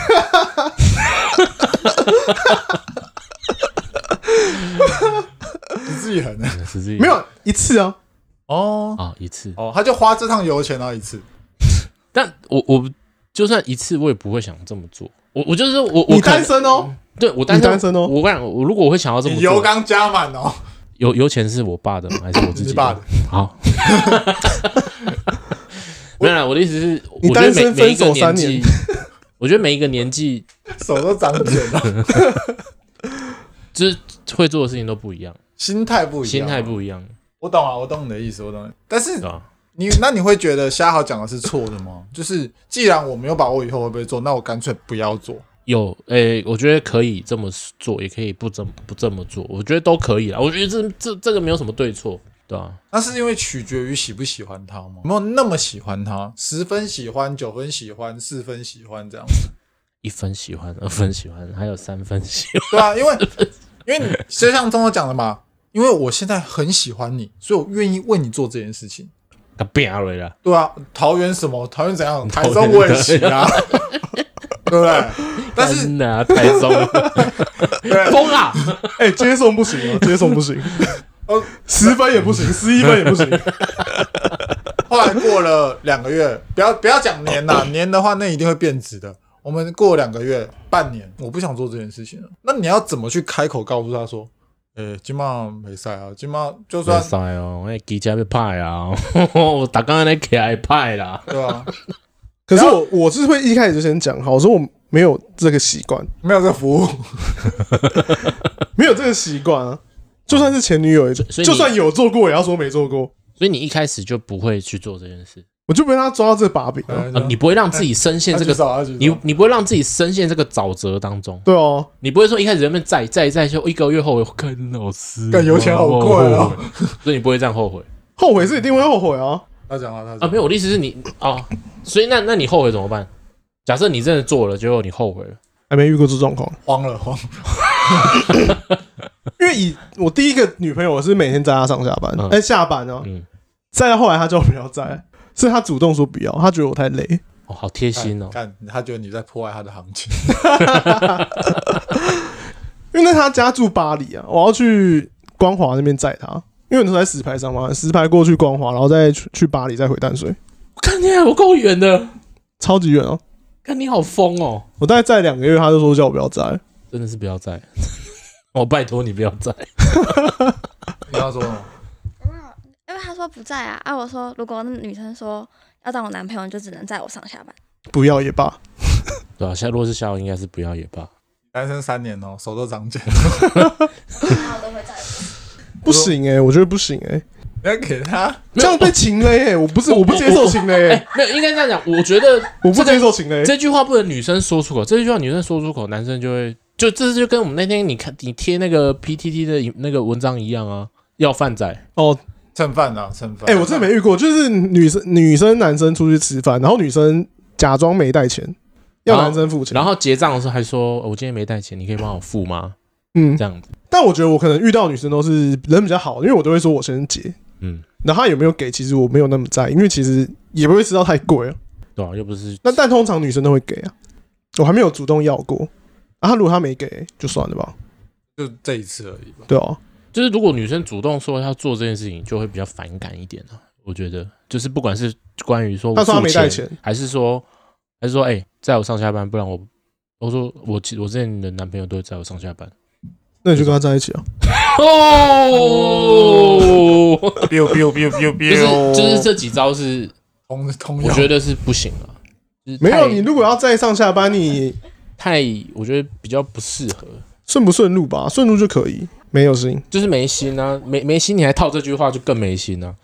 Speaker 3: 你自己狠的
Speaker 2: 意，是这样
Speaker 1: 没有一次啊，
Speaker 3: 哦
Speaker 2: 啊一次，
Speaker 3: 哦，他就花这趟油钱然后一次，
Speaker 2: 但我我就算一次，我也不会想这么做。我我就是我我
Speaker 1: 你
Speaker 2: 可能嗯
Speaker 1: 单，身哦，
Speaker 2: 对我单身，
Speaker 1: 你单身哦
Speaker 2: 我干我如果我会想要这么
Speaker 3: 你
Speaker 2: 做，
Speaker 3: 油缸加满哦，
Speaker 2: 油油钱是我爸的吗？还是我自
Speaker 3: 你
Speaker 2: 己
Speaker 3: 是爸的？
Speaker 2: 好，没有啦，我的意思是，我
Speaker 1: 你
Speaker 2: 觉得
Speaker 1: 单身
Speaker 2: 每每一个
Speaker 1: 分手三
Speaker 2: 年纪，我觉得每一个年纪
Speaker 3: (laughs) 手都长茧
Speaker 2: (laughs)
Speaker 3: 了，
Speaker 2: 就是会做的事情都不一样，
Speaker 3: 心态不一样，啊
Speaker 2: 心态，不一样，啊
Speaker 3: 我懂啊，我懂你的意思，我懂你。但是
Speaker 2: 对吧？
Speaker 3: 你那你会觉得虾豪讲的是错的吗？就是既然我没有把握以后会不会做，那我干脆不要做。
Speaker 2: 有，诶、我觉得可以这么做，也可以不这么不这么做，我觉得都可以啦。我觉得这这这个没有什么对错，对啊吧、
Speaker 3: 那是因为取决于喜不喜欢他吗？有没有那么喜欢他，十分喜欢、九分喜欢、四分喜欢这样子，
Speaker 2: 一分喜欢，二分喜欢，还有三分喜欢。 (laughs)
Speaker 3: 对啊，因为因为你就像中国讲的嘛，因为我现在很喜欢你，所以我愿意为你做这件事情。
Speaker 2: 啊，变阿瑞啦，
Speaker 3: 对啊，桃园什么？桃园怎样？
Speaker 2: 桃
Speaker 3: 台
Speaker 2: 园
Speaker 3: 中我也行啊， (laughs) 对不对？但是
Speaker 2: 真的啊，台中
Speaker 3: 对
Speaker 2: 疯啊啦，
Speaker 1: 哎、接送不行啊，接送不
Speaker 2: (laughs)
Speaker 1: 行，
Speaker 3: 哦
Speaker 1: 十分也不行，十一分也不行。
Speaker 3: 后来过了两个月， (laughs) 不要不要讲年呐、年的话那一定会变质的。我们过了两个月、半年，我不想做这件事情了。那你要怎么去开口告诉他说，呃、今晚没赛啊，今晚就算
Speaker 2: 算晒哦，我机车要歹啊， (laughs) 我逐工安尼起来歹啦，
Speaker 3: 对吧、啊？
Speaker 1: 可是我我是会一开始就先讲好，我说我没有这个习惯，
Speaker 3: 没有这服务，
Speaker 1: 没有这个习惯啊。就算是前女友也，
Speaker 2: 所以你
Speaker 1: 就算有做过，也要说没做过，
Speaker 2: 所以你一开始就不会去做这件事
Speaker 1: 我就被他抓到这把柄
Speaker 3: (laughs)
Speaker 1: 啊。
Speaker 3: 呃
Speaker 2: 啊，你不会让自己深陷这
Speaker 3: 他举
Speaker 2: 个，
Speaker 3: 手他举手
Speaker 2: 你你不会让自己深陷这个沼泽当中，
Speaker 1: 对哦、
Speaker 2: 你不会说一开始人们在在在就一个月后悔，跟老师，
Speaker 3: 干油钱好贵哦
Speaker 2: 我后悔，所以你不会这样后悔
Speaker 1: 后悔是一定会后悔啊。
Speaker 3: 他讲话，他讲话
Speaker 2: 啊？没有，我的意思是你啊，所以那那你后悔怎么办？假设你真的做了，结果你后悔了，
Speaker 1: 还没遇过这状况，
Speaker 3: 慌了慌了，
Speaker 1: 因为以我第一个女朋友，我是每天载她上下班，哎、
Speaker 2: 嗯
Speaker 1: 下班
Speaker 3: 啊
Speaker 1: 哦、
Speaker 2: 嗯，
Speaker 1: 再后来她叫我不要载，是她主动说不要，她觉得我太累。
Speaker 2: 哦，好贴心哦，
Speaker 3: 看他觉得你在破坏他的行情， (laughs)
Speaker 1: 因为那她家住巴黎啊，我要去光华那边载她，因为那时候在石牌上嘛，石牌过去光华，然后再去去巴黎，再回淡水，
Speaker 2: 我看你还有够远的，
Speaker 1: 超级远哦、
Speaker 2: 看你好疯哦，
Speaker 1: 我大概在两个月，他就说叫我不要在了，
Speaker 2: 真的是不要 (laughs) 在，我拜托你不要在。
Speaker 3: 你要说什哦么？
Speaker 4: 啊，因为他说不在啊，啊，我说如果那女生说要当我男朋友，你就只能载我上下班。
Speaker 1: 不要也罢。
Speaker 2: 对啊，夏若是夏，应该是不要也罢。
Speaker 3: 单身三年哦，手都长茧， (laughs)
Speaker 4: 然后都会载
Speaker 1: 不行哎、我觉得不行哎、
Speaker 3: 你要给他
Speaker 1: 这样被情勒哎、
Speaker 2: 哦
Speaker 1: 我不是，我不接受情勒哎、
Speaker 2: 哎、没有，应该这样讲。我觉得
Speaker 1: 我不接受情勒、
Speaker 2: 哎这句话不能女生说出口，这句话女生说出口，男生就会就这就跟我们那天你看你贴那个 PTT 的影那个文章一样啊，要饭仔。
Speaker 1: 哦，
Speaker 3: 蹭饭啊，蹭饭。
Speaker 1: 哎、我真的没遇过，就是女生女生男生出去吃饭，然后女生假装没带钱，要
Speaker 2: 然后
Speaker 1: 男生付钱，
Speaker 2: 然后结账的时候还说、哦我今天没带钱，你可以帮我付吗？
Speaker 1: 嗯
Speaker 2: 这，样子，
Speaker 1: 但我觉得我可能遇到女生都是人比较好，因为我都会说我先结，
Speaker 2: 嗯，
Speaker 1: 然后她有没有给，其实我没有那么在意，因为其实也不会吃到太贵啊。
Speaker 2: 对啊，又不是
Speaker 1: 那但通常女生都会给啊，我还没有主动要过。啊，如果她没给就算了吧，
Speaker 3: 就这一次而已吧。
Speaker 1: 啊对啊，
Speaker 2: 就是如果女生主动说要做这件事情，就会比较反感一点啊。我觉得就是不管是关于说
Speaker 1: 她
Speaker 2: 我
Speaker 1: 说她
Speaker 2: 付
Speaker 1: 没带钱，
Speaker 2: 还是说还是说哎、载我上下班，不然我我说我其我之前的男朋友都会载我上下班。
Speaker 1: 那你就跟她在一起啊。
Speaker 2: 哦， (laughs)
Speaker 3: biu biu biu biu
Speaker 2: 就是就是这几招是
Speaker 3: 通通
Speaker 2: 我
Speaker 3: 用
Speaker 2: 觉得是不行啊，就是
Speaker 1: 没
Speaker 2: 太
Speaker 1: 有，你如果要再上下班，你
Speaker 2: 太我觉得比较不适合，
Speaker 1: 顺不顺路吧，顺路就可以，没有事情，
Speaker 2: 就是没心啊，没没心你还套这句话就更没心啊。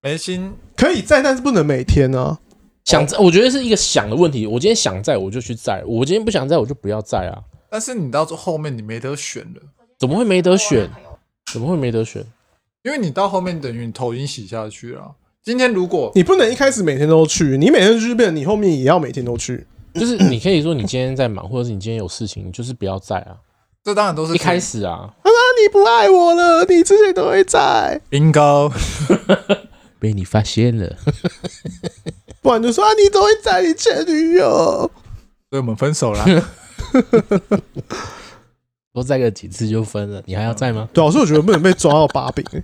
Speaker 3: 没心
Speaker 1: 可以在，但是不能每天啊。
Speaker 2: 想在，我觉得是一个想的问题。我今天想在，我就去在；我今天不想在，我就不要在啊。
Speaker 3: 但是你到最后面你没得选了，
Speaker 2: 怎么会没得选？怎么会没得选？
Speaker 3: 因为你到后面等于你头已经洗下去了啊。今天如果
Speaker 1: 你不能一开始每天都去，你每天去变，你后面也要每天都去。
Speaker 2: 就是你可以说你今天在忙，或者是你今天有事情，你就是不要在啊。
Speaker 3: 这当然都是
Speaker 2: 一开始啊，
Speaker 1: 你不爱我了，你之前都会在，
Speaker 3: bingo，
Speaker 2: 被你发现了，
Speaker 1: 不然就说啊，你都会在你前女友。
Speaker 3: 所以我们分手啦。
Speaker 2: 多在个几次就分了，你还要在吗？
Speaker 1: 对啊，所以我觉得不能被抓到把柄、欸。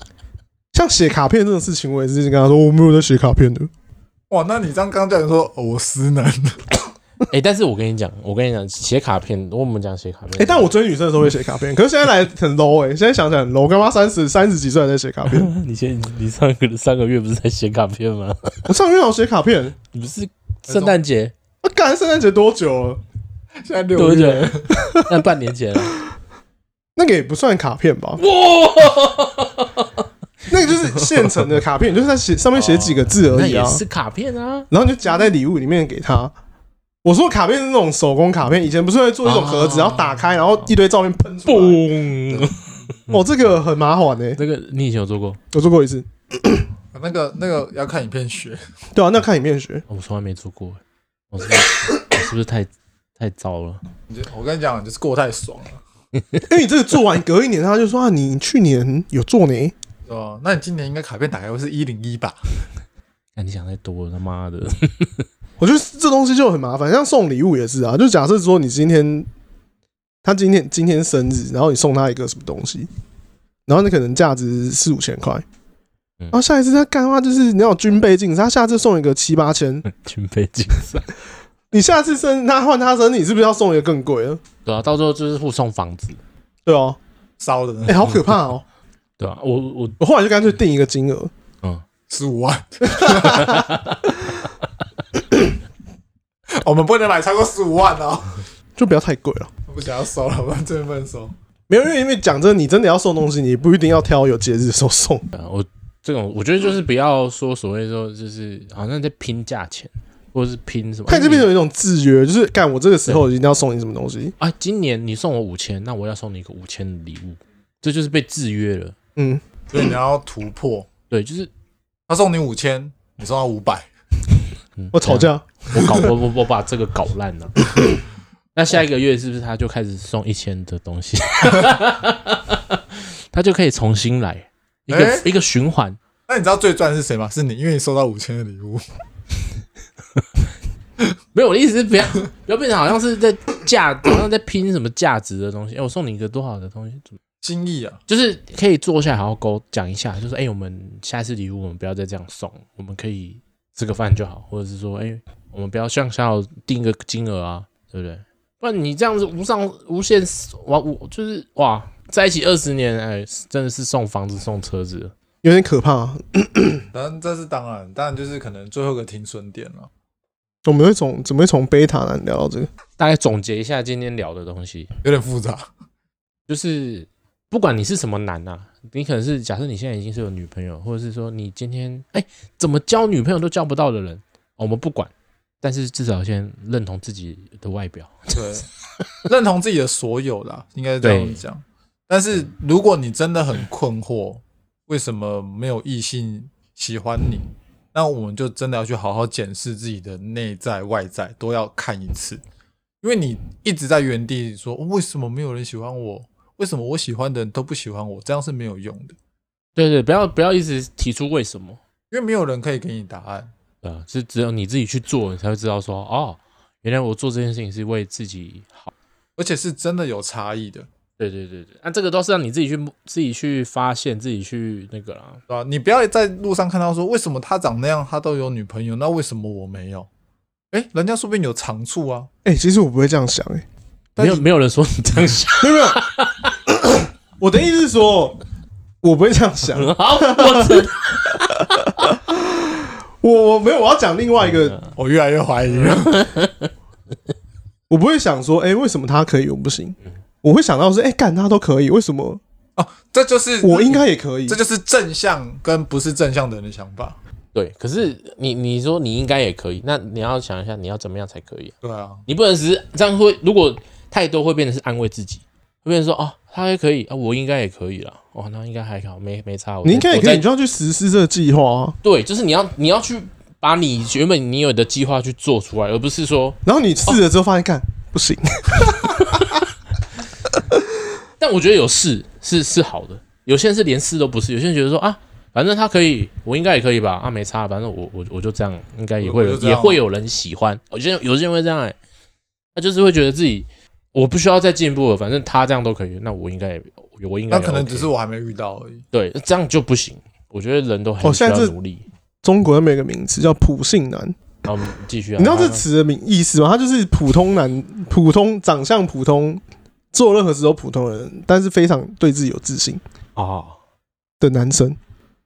Speaker 1: 像写卡片这种事情，我也是跟他说我没有在写卡片的。
Speaker 3: 哇，那你这样刚讲说、哦我失能， (laughs)
Speaker 2: 哎、但是我跟你讲，我跟你讲，写卡片，我们讲写卡片，
Speaker 1: 哎、但我追女生的时候会写卡片，可是现在来很 low 哎、现在想起来很 low，干嘛三十三十几岁还在写卡片？
Speaker 2: (laughs) 你先，你上个上个月不是在写卡片吗？ (laughs)
Speaker 1: 我上个月好写卡片，
Speaker 2: 你不是圣诞节
Speaker 1: 我、啊、干圣诞节多久了？
Speaker 3: 现在
Speaker 2: 对不
Speaker 3: 六月
Speaker 2: 对？ (laughs) 那半年前啊了，
Speaker 1: 那个也不算卡片吧？
Speaker 2: 哇，
Speaker 1: 那个就是现成的卡片，你就是在写上面写几个字而
Speaker 2: 哦那
Speaker 1: 已
Speaker 2: 也
Speaker 1: 啊，
Speaker 2: 是卡片啊。
Speaker 1: 然后你就夹在礼物里面给他。我说卡片是那种手工卡片，以前不是会做一种盒子，
Speaker 2: 哦
Speaker 1: 然后打开，然后一堆照片喷出来。
Speaker 2: 嘣！
Speaker 1: 哦，这个很麻烦诶、
Speaker 2: 这个你以前有做过？
Speaker 1: 我做过一次。
Speaker 3: 那个那个要看影片学，
Speaker 1: 对啊，那看影片学，
Speaker 2: 哦我从来没做过，我是不是我是不是太太糟了？
Speaker 3: 你就我跟你讲，你就是过太爽了，
Speaker 1: 因为你这个做完隔一年，他就说啊，你去年有做呢。
Speaker 3: 对吧？那你今年应该卡片打开会是一零一吧？
Speaker 2: 那你想太多了，他妈的！
Speaker 1: 我觉得这东西就很麻烦，像送礼物也是啊。就假设说你今天，他今天今天生日，然后你送他一个什么东西，然后你可能价值四五千块，
Speaker 2: 嗯
Speaker 1: 然后下一次他干的话就是你要有军备竞赛，他下次送一个七八千，
Speaker 2: 军备竞赛， (laughs)
Speaker 1: 你下次生日他换他生日，你是不是要送一个更贵的？
Speaker 2: 对啊，到最后就是互送房子，
Speaker 1: 对哦、
Speaker 3: 烧的
Speaker 1: 哎、好可怕哦、
Speaker 2: 对啊，我我
Speaker 1: 我后来就干脆定一个金额，
Speaker 3: 十五
Speaker 2: (laughs)
Speaker 3: 万， (laughs) 我们不能买超过十五万哦。
Speaker 1: 就不要太贵了。
Speaker 3: 我不想要收了，我们真的不能收。
Speaker 1: 没有，因为因为讲真的，你真的要送东西，你不一定要挑有节日的时候送。
Speaker 2: 啊我这种，我觉得就是不要说所谓说就是好像在拼价钱，或者是拼什么。
Speaker 1: 看这边
Speaker 2: 哎
Speaker 1: 有一种制约，就是干我这个时候一定要送你什么东西。
Speaker 2: 你啊，今年你送我五千，那我要送你一个五千的礼物，这就是被制约了。
Speaker 1: 嗯，
Speaker 3: 所以你要突破，
Speaker 2: 对，就是
Speaker 3: 他送你五千，你送他五百，
Speaker 2: 嗯
Speaker 1: 我吵，架，
Speaker 2: 这样我搞我我我把这个搞烂
Speaker 1: (laughs)
Speaker 2: 了。那下一个月是不是他就开始送一千的东西？ (laughs) 他就可以重新来一个、
Speaker 3: 哎
Speaker 2: 一个循环。
Speaker 3: 那你知道最赚的是谁吗？是你，因为你收到五千的礼物。
Speaker 2: 没有，我的意思是不要不要变成好像是在价，好像在拼什么价值的东西。哎、我送你一个多好的东西，怎么
Speaker 3: 心意啊，
Speaker 2: 就是可以坐下来好好沟讲一下，就是哎、我们下一次礼物我们不要再这样送，我们可以吃个饭就好，或者是说，哎、我们不要向下定一个金额啊，对不对？不然你这样子无上无限哇，我就是哇，在一起二十年，哎、真的是送房子送车子了，
Speaker 1: 有点可怕。
Speaker 3: 当然这是当然，当然就是可能最后一个停损点了。
Speaker 1: 我们会从怎么会从贝塔男聊到这个？
Speaker 2: 大概总结一下今天聊的东西，
Speaker 3: 有点复杂。
Speaker 2: 就是不管你是什么男啊，你可能是假设你现在已经是有女朋友，或者是说你今天哎、怎么交女朋友都交不到的人，哦我们不管，但是至少先认同自己的外表。
Speaker 3: 对，认同自己的所有啦，应该是这样讲。但是如果你真的很困惑，为什么没有异性喜欢你，那我们就真的要去好好检视自己的内在、外在，都要看一次。因为你一直在原地说哦为什么没有人喜欢我，为什么我喜欢的人都不喜欢我，这样是没有用的，
Speaker 2: 对对，不要不要一直提出为什么，
Speaker 3: 因为没有人可以给你答案。
Speaker 2: 对啊，是只有你自己去做，你才会知道说哦，原来我做这件事情是为自己好。
Speaker 3: 而且是真的有差异的，
Speaker 2: 对对对对，那、这个都是让你自己去自己去发现，自己去那个啦。
Speaker 3: 对吧、你不要在路上看到说为什么他长那样，他都有女朋友，那为什么我没有？哎，人家说不定有长处啊。
Speaker 1: 哎、其实我不会这样想、欸，
Speaker 2: 没
Speaker 3: 但
Speaker 2: 有
Speaker 3: 你
Speaker 2: 没有人说你这样想， (laughs)
Speaker 1: 没有没有， (coughs) 我的意思是说，我不会这样想。
Speaker 2: 好，我知道
Speaker 1: 我我没有，我要讲另外一个，
Speaker 3: 我越来越怀疑了。
Speaker 1: 我不会想说，哎、为什么他可以我不行？我会想到是，哎、干他都可以，为什么
Speaker 3: (laughs) 哦，这就是
Speaker 1: 我应，该也可以
Speaker 3: 这？就是正向跟不是正向的人的想法。
Speaker 2: 对，可是你你说你应该也可以，那你要想一下你要怎么样才可以啊、
Speaker 3: 对啊，
Speaker 2: 你不能只是这样会，如果太多会变成是安慰自己，会变成说哦，他也可以啊，我应该也可以啦，哦，那应该还好，没没差。我
Speaker 1: 你应该也可
Speaker 2: 我
Speaker 1: 以，
Speaker 2: 再
Speaker 1: 你就要去实施这个计划啊。
Speaker 2: 对，就是你要你要去把你原本你有的计划去做出来，而不是说，
Speaker 1: 然后你试了之后发现，干、不行，
Speaker 2: 但我觉得有试是是好的，有些人是连试都不是，有些人觉得说啊。反正他可以，我应该也可以吧？啊，没差，反正我我我就这样，应该也会
Speaker 3: 我
Speaker 2: 有
Speaker 3: 就这
Speaker 2: 也
Speaker 3: 样啊
Speaker 2: 会有人喜欢。有些人有些人会这样、欸，他就是会觉得自己我不需要再进步了，反正他这样都可以，那我应该也我应该
Speaker 3: 那
Speaker 2: 也
Speaker 3: 可能
Speaker 2: OK
Speaker 3: 只是我还没遇到而已。
Speaker 2: 对，这样就不行。我觉得人都很
Speaker 1: 哦
Speaker 2: 需
Speaker 1: 现在
Speaker 2: 要
Speaker 1: 这
Speaker 2: 努力。
Speaker 1: 中国那边有个名词叫普信男，
Speaker 2: 然后我们继续啊，
Speaker 1: 你知道这
Speaker 2: 好
Speaker 1: 词的名意思吗？他就是普通男，普通长相普通，做任何事都普通的人，但是非常对自己有自信
Speaker 2: 哦，
Speaker 1: 的男生。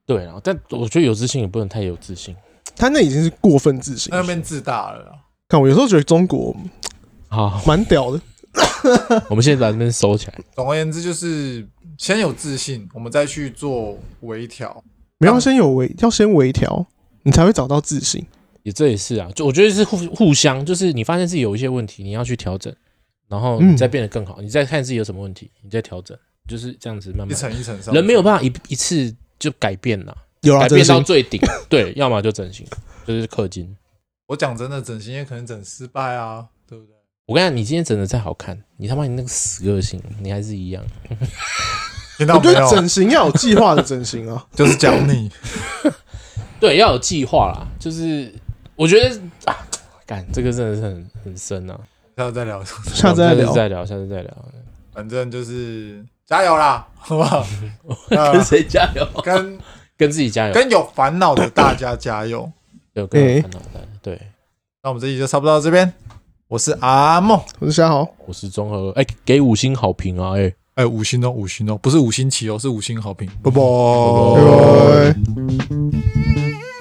Speaker 2: 对啊，但我觉得有自信也不能太有自信。
Speaker 1: 他那已经是过分自信
Speaker 3: 那。边自大了啦，
Speaker 1: 看，我有时候觉得中国
Speaker 2: 好，
Speaker 1: 蛮屌
Speaker 3: (laughs)
Speaker 1: 的。
Speaker 2: (laughs) 我们现在把这边收起来。
Speaker 3: 总而言之，就是先有自信，我们再去做微调。
Speaker 1: 没有要先有微，要先微调，你才会找到自信。
Speaker 2: 也这也是啊，就我觉得是互互相，就是你发现自己有一些问题，你要去调整，然后你
Speaker 1: 嗯
Speaker 2: 再变得更好，你再看自己有什么问题，你再调整，就是这样子慢
Speaker 3: 一
Speaker 2: 慢。
Speaker 3: 层一层上去，
Speaker 2: 人没有办法一一次就改变啦，
Speaker 1: 有啦，
Speaker 2: 改
Speaker 1: 真
Speaker 2: 变到
Speaker 1: 心。
Speaker 2: 最顶，对，要么就整形，就是氪金。
Speaker 3: 我讲真的，整形也可能整失败啊，对不对？
Speaker 2: 我跟你讲，你今天整的再好看，你他妈你那个死个性，你还是一样。
Speaker 1: 我
Speaker 3: 听到没
Speaker 1: 觉
Speaker 3: 有
Speaker 1: 得？
Speaker 2: 啊
Speaker 1: 整形要有计划的整形
Speaker 2: (laughs)
Speaker 1: 啊，
Speaker 3: 就是讲你，
Speaker 2: 对，要有计划啦。就是我觉得啊，干这个真的是很很深啊。
Speaker 3: 下次再聊。
Speaker 1: 下次再
Speaker 2: 我
Speaker 1: 聊
Speaker 2: 们。再聊，下次再聊。
Speaker 3: 反正就是加油啦，好不好？那
Speaker 2: 跟谁加油？
Speaker 3: 跟
Speaker 2: 跟自己加油。
Speaker 3: 跟有烦恼的大家加油。
Speaker 2: 对，跟我
Speaker 1: 诶
Speaker 2: 看到的。对，
Speaker 3: 那我们这期就差不多到这边，我是阿梦，
Speaker 1: 我是夏豪，
Speaker 2: 我是综合，哎、给五星好评啊！哎、
Speaker 3: 哎、五星哦，五星哦，不是五星旗哦，是五星好评，拜拜
Speaker 1: 拜拜。
Speaker 3: 拜拜